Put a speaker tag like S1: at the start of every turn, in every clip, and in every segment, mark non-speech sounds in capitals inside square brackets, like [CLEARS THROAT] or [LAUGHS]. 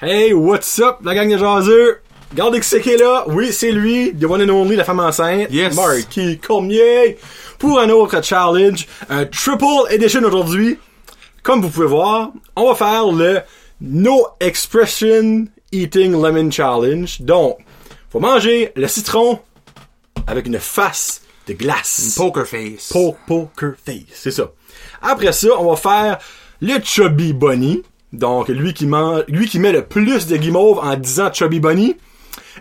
S1: Hey, what's up, la gang de jaseux? Gardez que c'est qui est là. Oui, c'est lui, The One and Only, la femme enceinte.
S2: Yes.
S1: Marky Cormier. Pour un autre challenge, un triple edition aujourd'hui. Comme vous pouvez voir, on va faire le No Expression Eating Lemon Challenge. Donc, faut manger le citron avec une face de glace.
S2: Poker face.
S1: Po- poker face, c'est ça. Après ça, on va faire le Chubby Bunny. Donc, lui qui, mange, lui qui met le plus de guimauve en disant Chubby Bunny.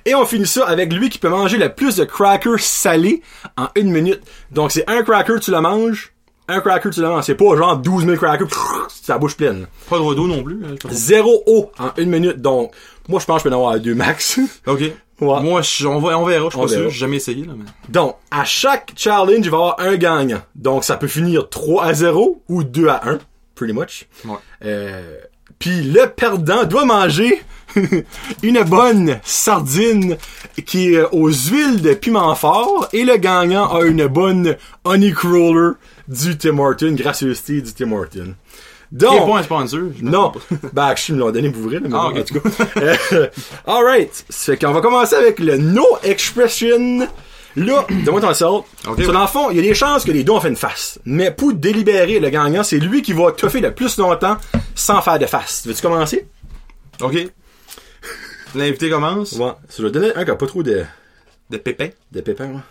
S1: Et on finit ça avec lui qui peut manger le plus de crackers salés en une minute. Donc, c'est un cracker, tu le manges. Un cracker, tu le manges. C'est pas genre 12 000 crackers, prrr, c'est la bouche pleine.
S2: Pas de rideau non plus. hein, je trouve.
S1: Zéro eau en une minute. Donc, moi, je pense que je peux en avoir deux max. [LAUGHS]
S2: ok.
S1: Ouais.
S2: Moi, je- on, va- on verra, je suis
S1: On
S2: pas sûr.
S1: verra.
S2: J'ai jamais essayé, là, mais.
S1: Donc, à chaque challenge, il va y avoir un gagnant. Donc, ça peut finir 3 à 0 ou 2 à 1, pretty much.
S2: Ouais.
S1: Euh, Puis le perdant doit manger [LAUGHS] une bonne sardine qui est euh, aux huiles de piment fort et le gagnant a une bonne honey crawler du Tim Horton, gracieuseté du Tim Horton.
S2: Il est
S1: Donc,
S2: pas un sponsor. je me
S1: Oh! non,
S2: trompe
S1: bah je me l'ont donné pour vrai, là, mais
S2: Ah,
S1: bon,
S2: ok.
S1: en tout cas. Euh, Alright, c'est qu'on va commencer avec le no expression. Là, donne-moi ton sort. So,
S2: Ok, ouais.
S1: Dans le fond, il y a des chances que les deux ont fait une face. Mais pour délibérer le gagnant, c'est lui qui va toffer le plus longtemps sans faire de face. Veux-tu commencer?
S2: pas. Ok. L'invité commence.
S1: Ouais. So, je vais te donner un qui a pas trop de,
S2: De pépin.
S1: de pépins, là.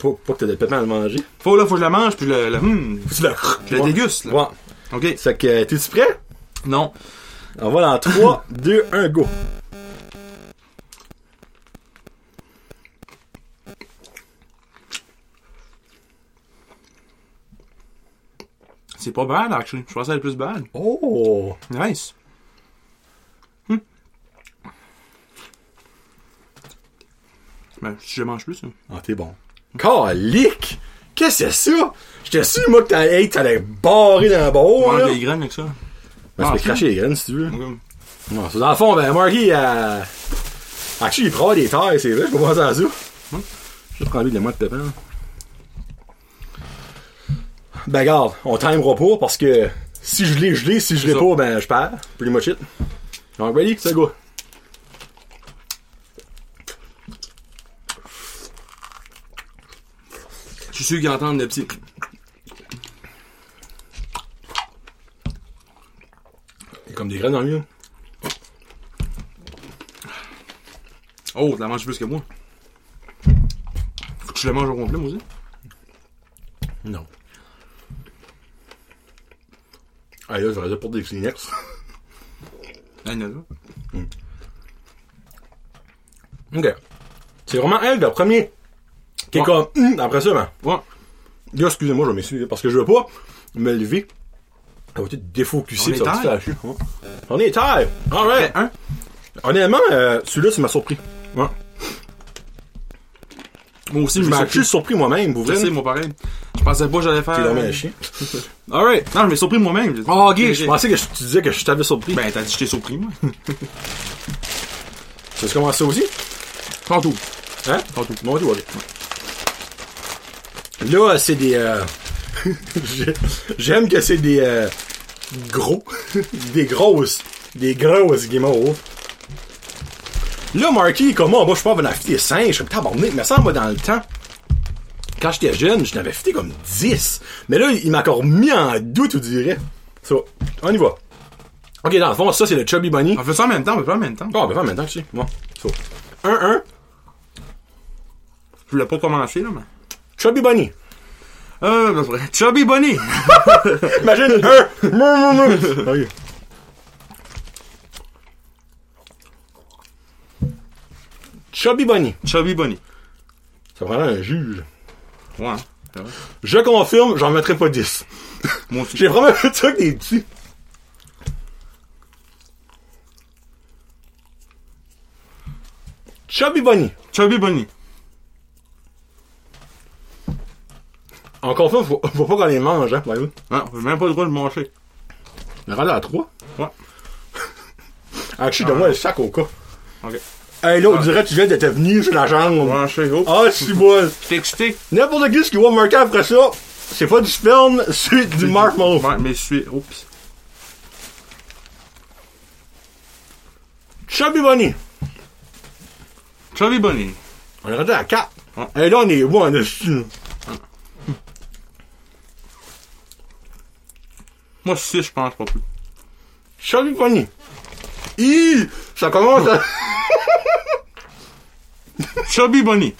S1: Pas, pas que t'as de pépins à le manger.
S2: Faut, là, faut que je la mange, puis je le, le- hmm,
S1: Faut que tu le,
S2: je le
S1: Ouais.
S2: déguste, là.
S1: Ouais.
S2: Ok.
S1: C'est que, t'es-tu prêt?
S2: Non.
S1: On va dans [LAUGHS] 3, 2, 1, go.
S2: C'est pas bad, actually. Je pensais être plus bad.
S1: Oh!
S2: Nice. Hmm. Ben, si je mange plus, hein.
S1: Ah, t'es bon. Calique! Qu'est-ce que c'est ça? J'étais sûr, moi, que t'allais, hey, t'allais barrer dans le
S2: Je
S1: bord,
S2: mange
S1: là.
S2: des graines avec ça.
S1: Ben, tu peux
S2: Ah,
S1: cracher les graines, si tu veux.
S2: Ok.
S1: Non, c'est dans le fond, ben, Marky, euh... Actually, il prend des terres, c'est vrai, je peux penser à ça. Hum. Je prends lui de moi de pépin. Ben, garde, on timera pas, parce que si je l'ai, je l'ai, si je l'ai
S2: ça.
S1: pas, ben, je perds. Pretty much it. Donc, ready? Ça go.
S2: Je suis sûr qu'ils entendent le petit.
S1: Il y a comme des graines dans le milieu.
S2: Oh, tu la manges plus que moi. Faut que tu la manges au complet, moi aussi.
S1: Non. Ah là, j'aurais dû porter des Kleenex.
S2: Ah, il y en a là.
S1: ok. C'est vraiment elle, le premier, qui est
S2: Ouais.
S1: comme, Hum après ça, ben,
S2: Ouais.
S1: là, excusez-moi, je m'essuie, parce que je veux pas me lever. Elle va être défocusée,
S2: On
S1: pis ça
S2: est
S1: va
S2: terre.
S1: tout faire chier. Ouais. On est terre! Alright!
S2: Fait un.
S1: Honnêtement, euh, celui-là, tu m'as surpris. Ouais.
S2: Moi aussi,
S1: Je
S2: je
S1: m'en
S2: m'ai
S1: suis
S2: surpris.
S1: surpris moi-même, vous
S2: Je
S1: voyez.
S2: sais, moi pareil. Je pensais pas que j'allais
S1: T'es
S2: faire.
S1: dormi à chier.
S2: Alright. Non, je m'ai surpris moi-même.
S1: Oh, ok, je pensais que je- tu disais que je t'avais surpris.
S2: Ah, Ben, t'as dit que je t'ai surpris, moi.
S1: Tu veux commencer ça aussi?
S2: [LAUGHS] Tantôt.
S1: Hein?
S2: Tantôt.
S1: Mon doigt, ok. Là, c'est des. euh, [LAUGHS] j'ai- J'aime que c'est des. euh, Gros. [LAUGHS] des grosses. Des grosses guimauves. Là, Marky, comme moi, moi, je pense, on a fité 5. Je suis tabarnak, mais ça, moi, dans le temps. Quand j'étais jeune, je n'avais fité comme 10. Mais là, il m'a encore mis en doute, on dirait. So, on y va. Ok, dans le fond, ça, c'est le Chubby Bunny.
S2: On fait ça en même temps, on fait ça en même temps.
S1: Ah, ben, va maintenant, tu sais. Bon, so. 1-1,
S2: Je voulais pas commencer, là, mais.
S1: Chubby Bunny.
S2: Euh, ben, vrai. Chubby Bunny!
S1: Imagine un. mou, mou, mou. Ok. Chubby Bunny.
S2: Chubby Bunny.
S1: Ça prendrait un juge.
S2: Ouais. hein. C'est vrai.
S1: Je confirme, j'en mettrai pas 10.
S2: Moi aussi.
S1: J'ai vraiment [LAUGHS] fait ça avec des petits. Chubby Bunny.
S2: Chubby Bunny.
S1: On confirme, faut, faut pas qu'on les mange, hein. voyez-vous.
S2: Ouais, j'ai même pas le droit de manger.
S1: On est rendu à Ah, 3.
S2: Ouais.
S1: Actually, donne-moi le sac au cas. Ah.
S2: Ok.
S1: Hey, là, on dirait que tu viens de te venir sur la jambe.
S2: Manger, oh.
S1: Ah, c'est bon.
S2: J'étais excité.
S1: N'importe qui ce qui voit marquer après ça, c'est pas du sperme, [LAUGHS] c'est du
S2: oh,
S1: marshmallow.
S2: Ouais, mais je suis. Oups.
S1: Chubby Bunny.
S2: Chubby Bunny.
S1: On est rendu à 4.
S2: Ah.
S1: Et là, on est où en dessus?
S2: Moi, 6, je pense, pas plus.
S1: Chubby Bunny. Hi! Ça commence [LAUGHS] à...
S2: Chubby Bunny.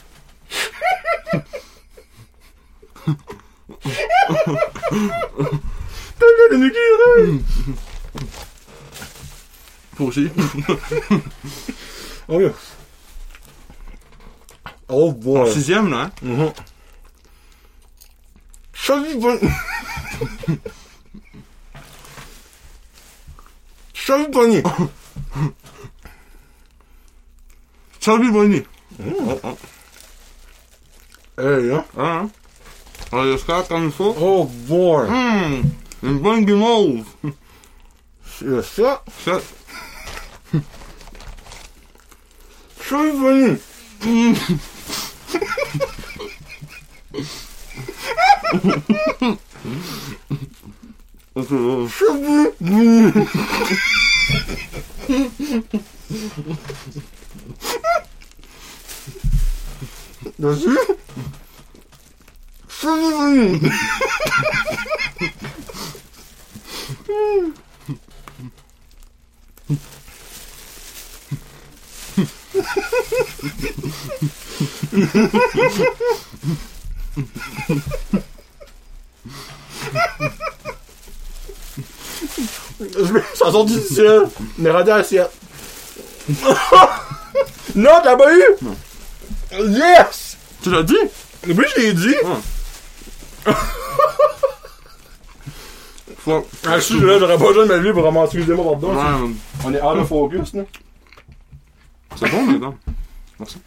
S2: Faut [LAUGHS] aussi.
S1: Ok. Oh, boy.
S2: Sixième, là, hein?
S1: Mhm. Chubby Bunny. [LAUGHS] Chubby [LAUGHS] Bunny.
S2: Chubby Bunny.
S1: Hey, hein.
S2: Hein? hein? On le score comme il faut.
S1: Oh, boy.
S2: Hum! Une bonne guimauve.
S1: C'est ça.
S2: Ça,
S1: Chubby Bunny.
S2: euh,
S1: Chubby Bunny. Dessus. Chubby Bunny. Ça sort du ciel. On est rendu à 7. [LAUGHS] non, t'as pas eu? Yes!
S2: tu l'as dit?
S1: Oui, je l'ai dit.
S2: Faut...
S1: Ah, si, là, j'aurais pas besoin de ma vie pour ramasser les mots dedans.
S2: Ouais,
S1: On est out of focus, là.
S2: c'est bon, maintenant. Merci.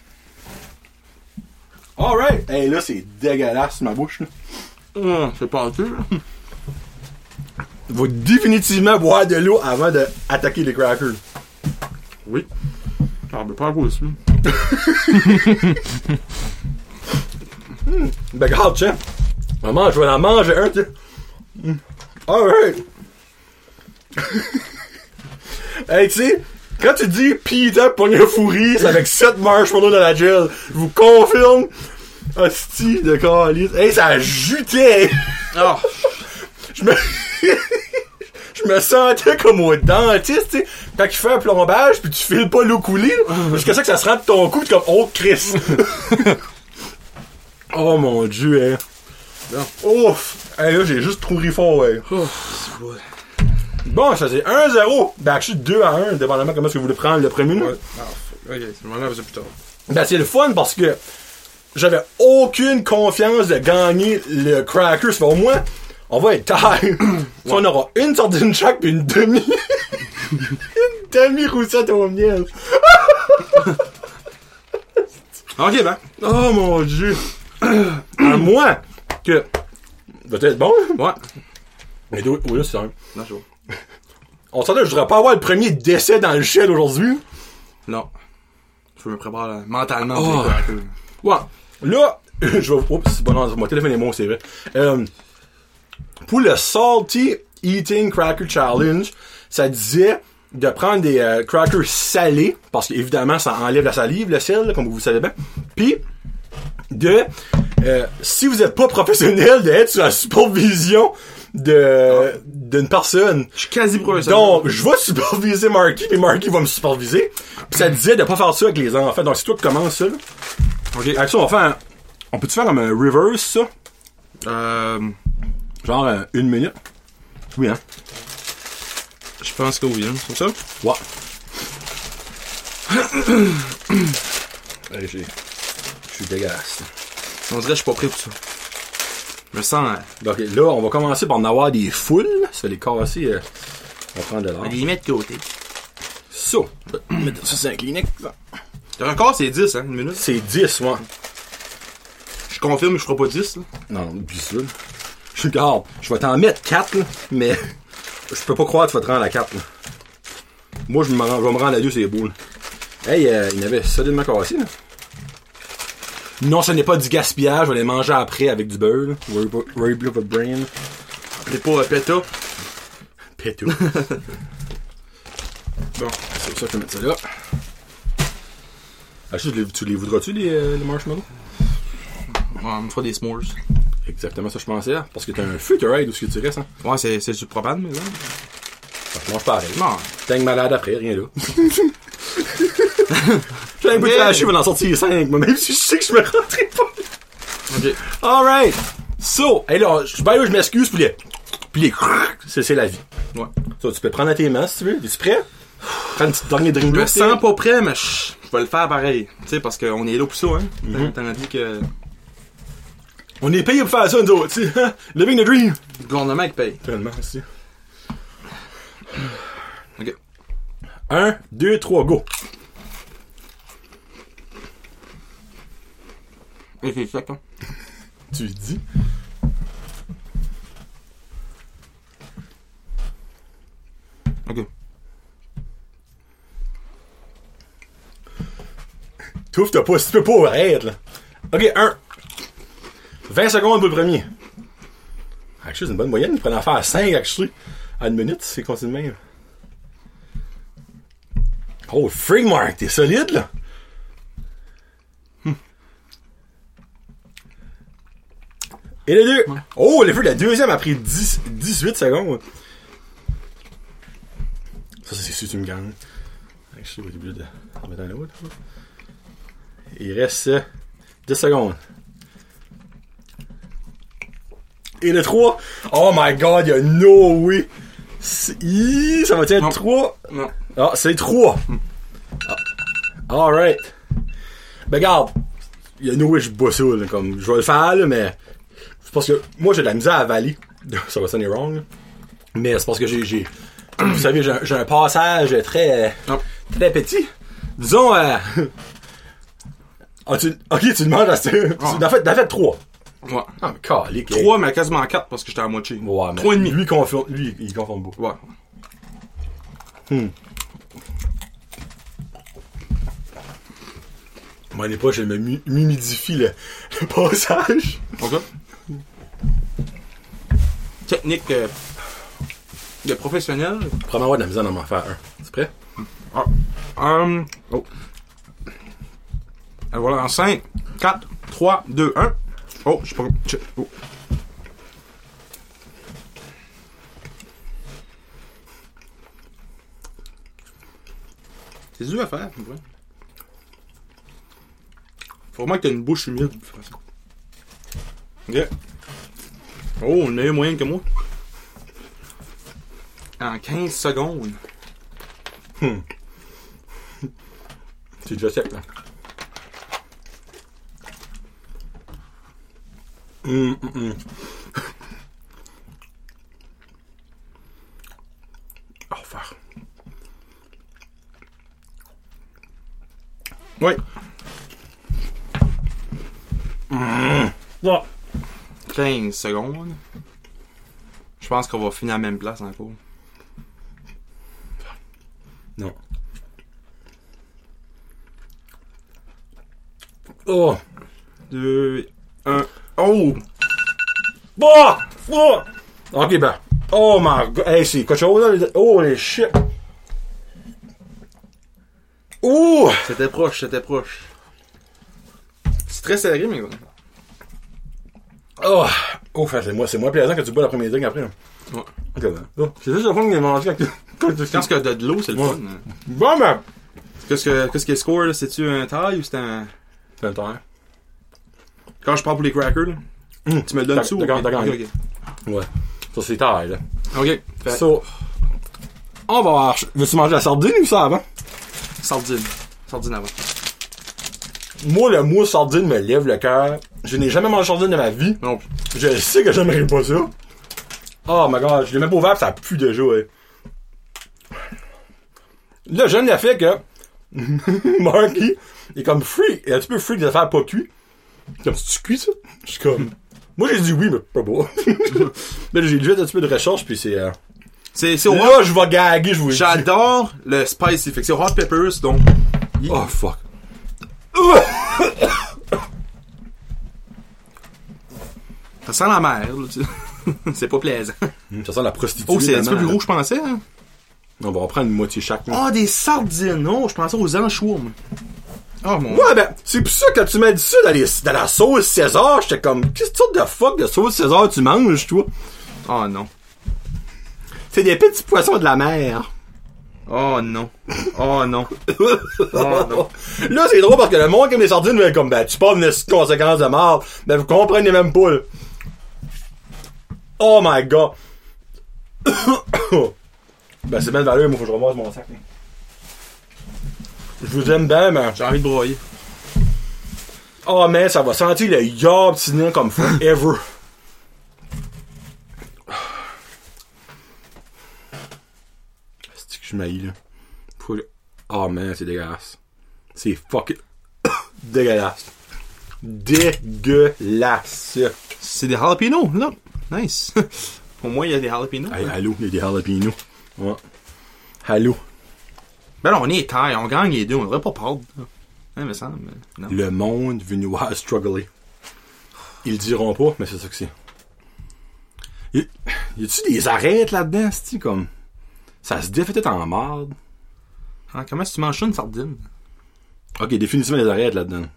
S1: Alright! Hey, là, c'est dégueulasse, ma bouche, là.
S2: Ah, c'est parti, là.
S1: Faut définitivement boire de l'eau avant d'attaquer les crackers.
S2: [LAUGHS] Oui. Ah, ben, pas aussi.
S1: Ben, regarde, tiens. Maman, je vais en manger un, tu sais. Mm. Alright! [LAUGHS] hey, tu sais, quand tu dis pita pogne fourri avec 7 marshmallows dans la gel, je vous confirme, hostie de calice. Hey, ça jutait!
S2: Ah!
S1: [LAUGHS] Je me... [LAUGHS] Je me sentais comme au dentiste, tu sais. Quand il fait un plombage, puis tu files pas l'eau couler, là, jusqu'à ça que ça se rentre ton cou, t'es comme, oh, Chris! oh mon dieu, hein. Ouf! Hey, là, j'ai juste trop ri fort, ouais.
S2: Oh,
S1: Bon, ça c'est 1-0. Ben, je suis 2 à 1, dépendamment comment est-ce que vous voulez prendre le premier. là.
S2: Ouais. Ah, fuck. ok, c'est mon âme, c'est plus tard.
S1: Ben, c'est le fun parce que j'avais aucune confiance de gagner le Crackers. Fait au moins, on va être tired. Si on aura une sardine chaque puis une demi. [LAUGHS] une demi roussette au miel.
S2: Ok, ben.
S1: Oh mon dieu. [COUGHS] à moins que. Peut-être bon.
S2: Ouais.
S1: Mais d'où- oui, là, c'est un.
S2: Non, c'est bon.
S1: On s'entend, je voudrais pas avoir le premier décès dans le ciel aujourd'hui.
S2: Non. Je me prépare là, mentalement.
S1: Oh.
S2: pour les crackers.
S1: Ouais. Là, [LAUGHS] je vais. Oups, bon, non, mon téléphone est mort, c'est vrai. Euh, pour le Salty Eating Cracker Challenge, ça disait de prendre des euh, crackers salés, parce qu'évidemment, ça enlève la salive, le sel, là, comme vous le savez bien. Puis, de. euh, si vous n'êtes pas professionnel, d'être sous la supervision de d'une personne.
S2: Je suis quasi professionnel.
S1: Donc, je vais superviser Marky, puis Marky va me superviser. Puis ça disait de pas faire ça avec les enfants. Donc, c'est toi qui commences ça. là.
S2: Ok.
S1: Avec ça, on va faire un- On peut-tu faire comme un reverse, ça?
S2: Euh.
S1: Genre euh, une minute? Oui, hein?
S2: Je pense que oui, hein. C'est ça?
S1: Ouais. Allez, j'ai... Je suis dégueulasse.
S2: On dirait que je suis pas prêt pour ça. Je me sens. euh,
S1: Donc là, on va commencer par en avoir des foules. Ça les casser. euh, on va prendre de l'or.
S2: les mettre de côté.
S1: Ça. Je vais mettre [COUGHS] Ça, c'est un clinique.
S2: Le record, c'est 10, hein, une minute.
S1: C'est 10, moi.
S2: Je confirme que je ferai pas 10, là.
S1: Non, non, oublie ça. là. Je suis garde. Je vais t'en mettre 4, là, mais je peux pas croire que tu vas te rendre à 4. là. Moi, je, me rends- je vais me rendre à 2, c'est beau. là. Hey, euh, il avait solidement cassé. Là. Non, ce n'est pas du gaspillage. Je vais les manger après avec du beurre. là. Worry pas- Worry pas votre brain.
S2: T'es pas euh, péta.
S1: Pétou.
S2: Bon.
S1: C'est ça, je vais mettre ça là. Achille, tu les- tu les voudras-tu, les, euh, les marshmallows?
S2: On me fera des s'mores.
S1: Exactement ça, je pensais. hein, Parce que t'as un feu qui ride où ce que tu restes. Hein.
S2: Ouais, c'est, c'est du propane, mais là.
S1: Ça te mange pareil.
S2: Non.
S1: T'es malade après, rien
S2: [LAUGHS]
S1: là. J'ai un bout de lâcher, je vais en sortir 5, moi, même si je sais que je me rentrais pas.
S2: Ok.
S1: Alright! So, hey là, je, ben là, je m'excuse pour les. Puis les. C'est c'est la vie.
S2: Ouais.
S1: Ça, tu peux prendre à tes mains si tu veux. Es-tu prêt? Prends une petite dernière drink
S2: Je me
S1: là,
S2: sens
S1: t'sais.
S2: pas prêt, mais je je vais le faire pareil. Tu sais, parce qu'on est là pour ça, hein. T'en as dit que
S1: On est payé pour faire ça, nous autres, tu sais. hein? Living the dream!
S2: le gouvernement qui paye.
S1: Tellement, aussi.
S2: Ok.
S1: 1, 2, 3, go!
S2: Et c'est ça, hein.
S1: Tu lui dis.
S2: Ok.
S1: Touffe, t'as pas, si tu peux pas, arrête, là. Ok, 1. 20 secondes pour le premier. Actually, c'est une bonne moyenne. Il prend affaire à 5, actually. À une minute, c'est continue de même. Oh, Freak Mark, t'es solide, là. Hmm. Et les deux. Oh, le feu de la deuxième a pris 10 18 secondes. Ça, c'est si tu me gagnes. Actually, on va être obligé de mettre un autre. Il reste euh, 10 secondes. Et le 3. Oh my god, il y a no way. C'est- Ih, Ça va être
S2: Non.
S1: 3.
S2: Non.
S1: Ah, c'est 3. Alright. Ben, regarde. Il y a no way je bois ça, là, comme, je vais le faire, là, mais. C'est parce que moi, j'ai de la misère à avaler. [LAUGHS] ça va sonner wrong, là. Mais c'est parce que j'ai. [CLEARS THROAT] j'ai- Vous savez, j'ai un- j'ai un passage très.
S2: Non.
S1: Très petit. Disons, euh... [LAUGHS] ah, tu... Ok, tu demandes à ce... tu- D'en fait, d'en fait trois.
S2: Ouais.
S1: Ah, mais calique.
S2: Trois, mais quasiment quatre parce que j'étais à moitié.
S1: Ouais, mais
S2: Trois et demi.
S1: Lui, confirme... lui, il confirme beaucoup.
S2: Ouais.
S1: Moi, à l'époque, je me mu- mumidifie le, [LAUGHS] le passage.
S2: Ok. Technique euh, de professionnel.
S1: Probablement avoir de la misère d'en faire un. C'est prêt?
S2: Ah. Hum. Oh. Alors voilà, en 5, 4, 3, 2, 1. Oh, je sais pas. je- Oh. C'est dur à faire, pour vrai. Faut vraiment que t'aies une bouche humide. de toute façon. Ok. Oh, on a eu moyen que moi. En 15 secondes.
S1: C'est déjà sec, là. Hum, hum, hum. [LAUGHS] Au revoir.
S2: Ouais.
S1: Bon.
S2: 15 secondes. Je pense qu'on va finir à la même place encore.
S1: Non. Oh!
S2: 2, 1. Oh!
S1: Bon! Oh! Ok, ben. Oh my god. Hey, c'est quelque chose, là. Holy shit. Ouh!
S2: C'était proche, c'était proche. C'est très serré, mais. Ouais.
S1: Oh! Oh, c'est moi, c'est moins plaisant que tu bois la première drink après. hein. Ok, ben. Oh, C'est juste le fun que j'ai mangé quand tu- [LAUGHS] quand tu
S2: Je pense que de de l'eau, c'est le
S1: Ouais.
S2: fun. hein.
S1: Bon, ben.
S2: Qu'est-ce que, qu'est-ce qui est score, là? C'est-tu un taille ou c'est un.
S1: C'est un temps.
S2: Quand je parle pour les crackers, là, tu me le donnes
S1: T'as-
S2: sous.
S1: t'as gagné,
S2: ok,
S1: t'as
S2: ok,
S1: gagné. Ouais. Ça, c'est tard, là.
S2: ok. Ok. Fait,
S1: So. On va voir. Veux-tu manger la sardine ou ça avant?
S2: sardine. Sardine avant.
S1: Moi, le mot sardine me lève le cœur. Je n'ai jamais mangé de sardine de ma vie.
S2: Non plus.
S1: Je sais que j'aimerais pas ça. Oh my god, je l'ai même pas ouvert pis ça pue déjà, ouais. Là, j'aime le fait que [LAUGHS] Marky est comme free, est un petit peu free des affaires pas cuites. Comme si tu cuis ça. Je suis comme. Moi j'ai dit oui, mais pas beau. [LAUGHS] mais j'ai fait un petit peu de recherche puis c'est. euh,
S2: C'est, c'est au hot.
S1: Là, je vais gaguer, je vous le dis.
S2: J'adore le spicy. Fait que c'est hot peppers, donc. Il-
S1: Oh fuck.
S2: Ça sent la merde, là, tu sais. [LAUGHS] C'est pas plaisant.
S1: Ça sent la prostituée.
S2: Oh, c'est un petit peu
S1: tellement,
S2: plus
S1: là.
S2: gros que je pensais, hein.
S1: On va en prendre une moitié chaque. là.
S2: Ah, des sardines! Non, je pensais aux anchois, moi. Ah, mon...
S1: Ouais, ben, c'est pour ça que quand tu m'as dit ça dans, les- dans la sauce César, j'étais comme, qu'est-ce que sorte de fuck de sauce César tu manges, toi?
S2: Ah, non.
S1: C'est des petits poissons de la mer.
S2: Oh non. Oh non. Oh non.
S1: [LAUGHS] Là, c'est drôle parce que le monde qui aime les sardines, mais comme, ben, tu parles de conséquences de mort. Ben, vous comprenez même pas, là. Oh my god. [COUGHS] ben, c'est belle valeur, moi, faut que je ramasse mon sac. là. Je vous aime bien, mais...
S2: J'ai envie de broyer.
S1: Oh, mais ça va sentir le yard ciné comme forever. C'est que je m'haïs, là. Faut que- Oh, man, c'est dégueulasse. C'est fucking [COUGHS] dégueulasse. Dégueulasse.
S2: C'est des jalapenos, là. [LAUGHS] Nice. Au moins, il y a des jalapenos.
S1: Hey, allô, il y a des jalapenos. Ouais. Allô.
S2: Ben là, on est taille, on gagne les deux, on devrait pas perdre. là. Hein, mais ça, mais... Non.
S1: Le monde venu nous voir struggler. Ils le diront pas, mais c'est ça que c'est. Y y a-tu des arêtes là-dedans, cest comme. Ça se défait tout en marde.
S2: Ah, comment est-ce que tu manges ça, une sardine?
S1: Ok, définissez les arêtes là-dedans.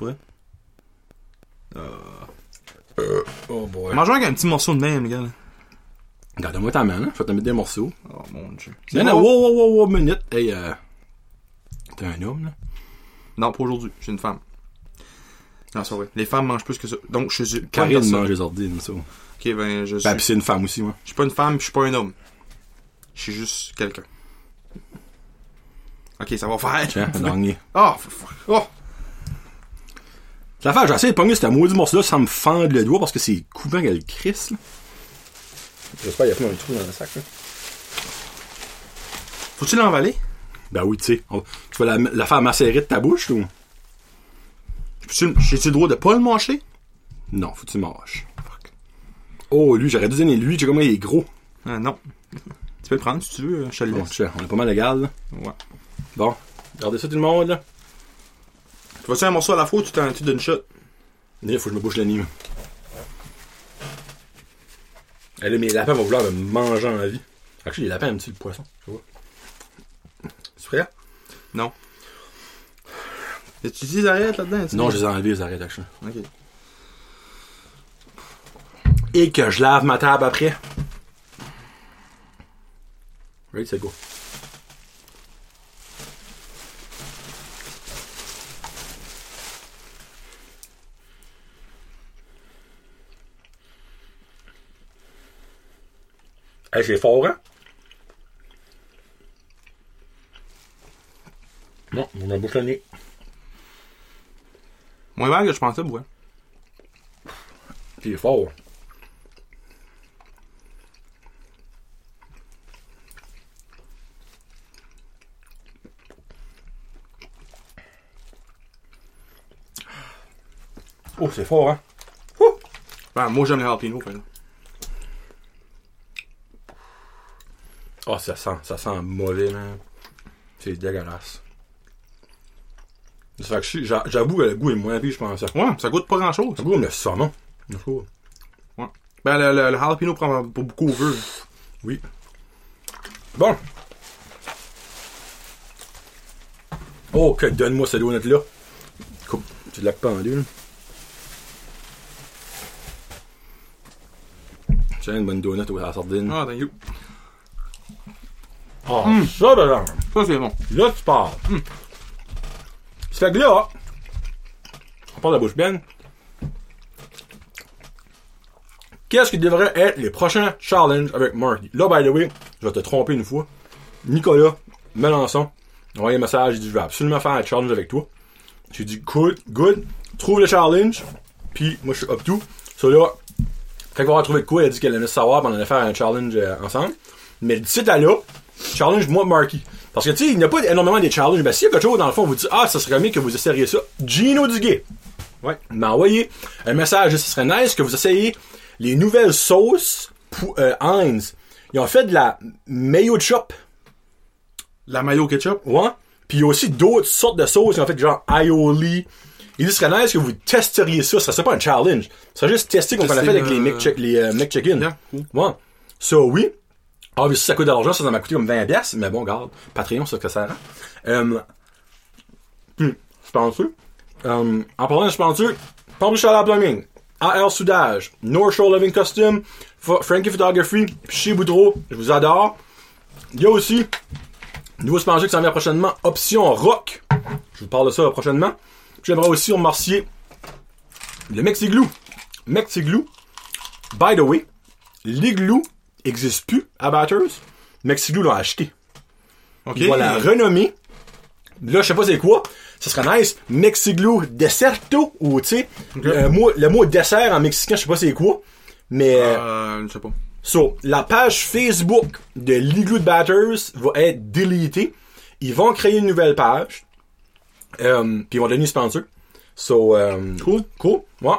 S2: Ouais.
S1: Euh, Oh boy.
S2: Mangeons avec un petit morceau de même, les gars. là.
S1: Garde-moi ta main, là. Je vais te mettre des morceaux.
S2: Oh mon dieu. C'est
S1: Non, non,
S2: bon?
S1: wow, wow, wow, wow, minute. Hey, euh. T'es un homme, là?
S2: Non, pas aujourd'hui. Je suis une femme. Non, c'est pas vrai. Les femmes mangent plus que ça. Donc, je suis une
S1: Karine
S2: personne.
S1: mange les ordines, ça.
S2: Ok, ben, je suis.
S1: Ben, pis c'est une femme aussi, moi.
S2: Je suis pas une femme, je suis pas un homme. Je suis juste quelqu'un. Ok, ça va
S1: Tiens,
S2: faire. [LAUGHS]
S1: le dernier.
S2: Oh, fuck. Oh!
S1: L'affaire, j'ai essayé de pogner ce maudit morceau-là sans me fendre le doigt parce que c'est coupant qu'elle crisse, là. J'espère qu'il y a pas un trou dans le sac, là.
S2: Faut-tu l'emballer?
S1: Ben oui, tu sais. on- Tu vas la, la faire macérer de ta bouche, ou?
S2: Peux-tu- J'ai-tu le droit de pas le mâcher?
S1: Non, faut que tu manges.
S2: Fuck.
S1: Oh, lui, j'aurais dû donner lui. Tu sais comment il est gros.
S2: Ah, non. [LAUGHS] Tu peux le prendre si tu veux, je te le
S1: Bon,
S2: laisse.
S1: tiens, on est pas mal égal, là.
S2: Ouais.
S1: Bon, regardez ça, tout le monde, là.
S2: Tu vas-tu un morceau à la fois ou tu t'en tu donnes une shot?
S1: Il faut que je me bouche le nez. là. Eh, là, mes lapins vont vouloir me manger en vie. Actually, les lapins aiment-tu le poisson? Je vois. Tu prêt?
S2: Non. As-tu dit arrête là-dedans? tu
S1: Non, je
S2: sais?
S1: les ai enlevés, ils arrêtent, actually.
S2: Ok.
S1: Et que je lave ma table après. Right, c'est go. Hey, c'est fort, hein? Non, on a bouche le nez.
S2: Moins mal que je pensais, ouais.
S1: Puis il est fort. Oh, c'est fort, hein? Ouh!
S2: Ben, moi j'aime les jalapenos, par exemple.
S1: Oh, ça sent, ça sent mauvais, man. C'est dégueulasse. Ça fait que je suis- j'a- J'avoue que le goût est moins pire, je pense. Le
S2: Ouais, ça goûte pas grand-chose.
S1: goût, mais le saumon. Je trouve.
S2: Ouais. Ben, le, le, le jalapeno prend pas beaucoup au vœu.
S1: Oui. Bon. Oh, que donne-moi ce donut-là. Coupe, tu l'as pendu, là. Tiens, une bonne donut à la sardine.
S2: Ah, thank you.
S1: Ah, ça, ben là,
S2: Ça, c'est bon.
S1: là, tu parles. Ça fait que là, on parle de la bouche pleine. Qu'est-ce qui devrait être les prochains challenges avec Marty? Là, by the way, je vais te tromper une fois. Nicolas Melançon, il m'a envoyé un message, il dit, je vais absolument faire un challenge avec toi. J'ai dit, good, good, trouve le challenge, puis moi, je suis up to. So là, quand on va trouver de quoi, il a dit qu'elle allait savoir, puis on allait faire un challenge euh, ensemble. Mais d'ici à là, challenge moi Marky. Parce que, tu sais, il n'y a pas énormément des challenges. Ben, s'il y a quelque chose, dans le fond, on vous dit, ah, ça serait mieux que vous essayeriez ça. Gino Duguay. Ouais. M'a envoyé un message, ce serait nice que vous essayiez les nouvelles sauces pour euh, Heinz. Ils ont fait de la mayo chop.
S2: La mayo ketchup?
S1: Ouais. Puis il y a aussi d'autres sortes de sauces qui ont fait genre aioli. Il serait nice que vous testeriez ça. Ça serait pas un challenge. Ça serait juste tester qu'on a fait
S2: Tester
S1: avec les
S2: le-
S1: McChicken. Les, euh, McChicken.
S2: Yeah, cool.
S1: Ouais. So, oui. Ah, mais si ça coûte de l'argent, ça, ça m'a coûté comme 20 pièces, mais bon, garde, Patreon, c'est ce que ça rend. Euh, hum, sponsor. Euh, en parlant de sponsor, Pamble Chalet Plumbing, AR Soudage, North Shore Living Costume, Fo- Frankie Photography, puis chez Boudreau, je vous adore. Il y a aussi, nouveau sponsor qui s'en vient prochainement, Option Rock. Je vous parle de ça prochainement. Puis J'aimerais aussi remercier le Mexiglou. Mexiglou, by the way, l'igloo n'existe plus à Batters. Mexiglou l'ont acheté.
S2: Ok.
S1: Ils vont la renommer. Là, je sais pas c'est quoi. Ce serait nice. Mexiglou Deserto ou, tu sais, le, mot, le mot dessert en mexicain, je sais pas c'est quoi. Mais,
S2: Euh, je sais pas.
S1: so, la page Facebook de l'Igloo de Batters va être délétée. Ils vont créer une nouvelle page. Euh, Puis ils vont donner sponsor. So, euh,
S2: Cool.
S1: cool. Ouais.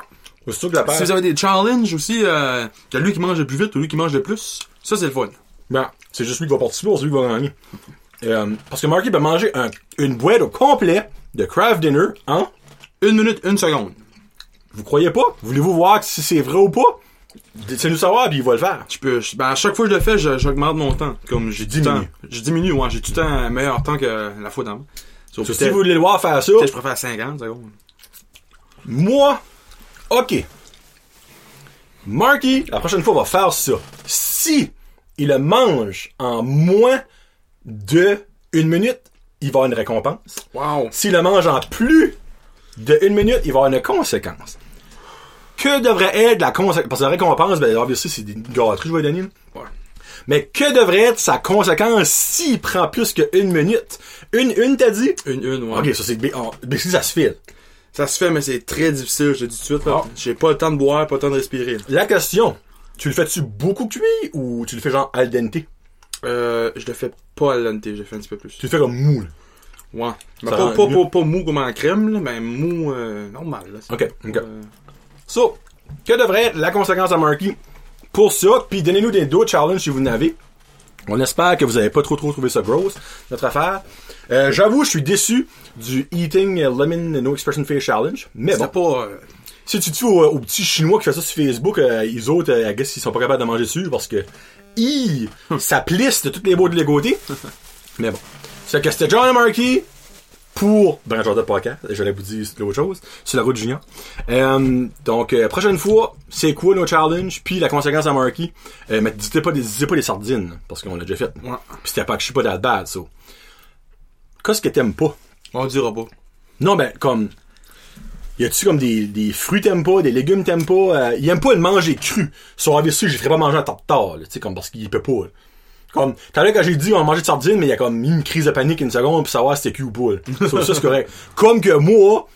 S1: C'est sûr que la page.
S2: Si vous avez des challenges aussi, euh, de lui qui mange le plus vite ou lui qui mange le plus, ça c'est le fun.
S1: Ben, c'est juste lui qui va participer, c'est lui qui va gagner. Euh, parce que Marky va manger un- une boîte au complet de Kraft Dinner en
S2: Une minute, une seconde.
S1: Vous croyez pas? Voulez-vous voir si c'est vrai ou pas? Dites-nous savoir, puis il va le faire.
S2: Je peux, je- ben, à chaque fois que je le fais, je- j'augmente mon temps. Comme j'ai du temps.
S1: Diminue.
S2: Je diminue, ouais, j'ai tout le temps un meilleur temps que la fois d'avant. Sauf
S1: si vous voulez le voir faire ça,
S2: je préfère 50 secondes.
S1: moi, ok. Marky, la prochaine fois, va faire ça. Si il le mange en moins de une minute, il va avoir une récompense.
S2: Wow.
S1: S'il le mange en plus de une minute, il va avoir une conséquence. Que devrait être la conséquence? Parce que la récompense, ben, obviously, c'est des gâteries, je vais donner.
S2: Ouais.
S1: Mais que devrait être sa conséquence s'il prend plus qu'une minute? Une, une, t'as dit?
S2: Une, une, ouais.
S1: Ok, ça c'est B- oh, B- si ça se file.
S2: Ça se fait, mais c'est très difficile, je te dis tout de suite, là.
S1: Ah.
S2: J'ai pas le temps de boire, pas le temps de respirer. là.
S1: La question, tu le fais-tu beaucoup cuit ou tu le fais genre al dente? Tu
S2: Euh, je le fais pas à l'anté, je le fais un petit peu plus.
S1: le fais comme moule.
S2: Ouais. Mais
S1: Ça
S2: pas,
S1: rend
S2: pas,
S1: mieux.
S2: pas, pas mou comme en crème, là, mais mou euh, normal. Là,
S1: Ok, ok.
S2: Euh,
S1: So, que devrait être la conséquence à Marky pour ça? Puis donnez-nous des d'autres challenges si vous en avez. On espère que vous n'avez pas trop trop trouvé ça gross, notre affaire. Euh, J'avoue, je suis déçu du Eating Lemon No Expression Face Challenge. Mais bon,
S2: C'était pas... euh,
S1: si tu dis aux, aux petits Chinois qui font ça sur Facebook, euh, ils autres, euh, I guess, ils sont pas capables de manger dessus parce que, hi, ça plisse de toutes les beaux de l'égoté. Mais bon. C'est que c'était John Markey pour Brangeur de Podcast. J'allais vous dire l'autre chose. C'est la route junior. Euh, donc, euh, prochaine fois, c'est quoi nos challenges? Puis la conséquence à Markey. Euh, mais dites pas des, dites pas des sardines parce qu'on l'a déjà fait.
S2: Ouais.
S1: Puis c'était pas que je suis pas that bad, so. Qu'est-ce que t'aimes pas?
S2: On dira pas.
S1: Non, ben, comme. Y a-tu comme des, des fruits t'aimes pas, des légumes t'aimes pas? Euh, il aime pas le manger cru. Sur AVC, je ferais pas manger un tartare, là, tu sais, comme parce qu'il peut pas. là. Comme, tout à l'heure, quand j'ai dit on va manger de sardines, mais il y a comme une crise de panique une seconde pour savoir si c'était cul ou pas.
S2: [LAUGHS]
S1: là. Ça, ça, c'est correct. Comme que moi,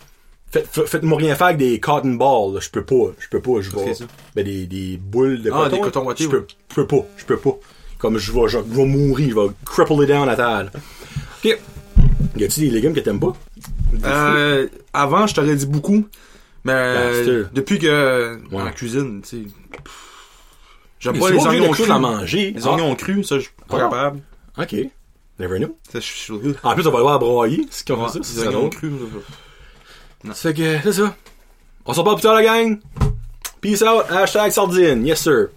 S1: faites- fa- faites-moi rien faire avec des cotton balls, là. je peux pas, je peux pas, je vais.
S2: que c'est ça?
S1: Ben, des, des boules de
S2: Ah,
S1: coton.
S2: des
S1: là.
S2: cotons wattés,
S1: Je peux,
S2: oui.
S1: je peux pas, je peux pas. Comme je vais, je vais mourir, je vais cripple it down à table. Ok. Y a-tu des légumes que t'aimes pas?
S2: Euh, avant, je t'aurais dit beaucoup, mais euh,
S1: c'est-
S2: depuis que
S1: Ouais.
S2: en la cuisine, tu sais, j'aime
S1: Mais
S2: pas
S1: c'est
S2: les
S1: pas obligé
S2: oignons
S1: de
S2: crus.
S1: tout la manger.
S2: Les
S1: Ah.
S2: oignons crus, ça, je suis pas
S1: Ah.
S2: capable.
S1: OK. Never know.
S2: Ça, je suis ouais,
S1: En plus, on va le voir broyer. Ce qu'on fait ça,
S2: Les
S1: c'est ça.
S2: oignons
S1: drôle.
S2: crus. ça, ça.
S1: Ça fait que, c'est ça. On se reparle plus tard, la gang. Peace out. Hashtag sardine. Yes, sir.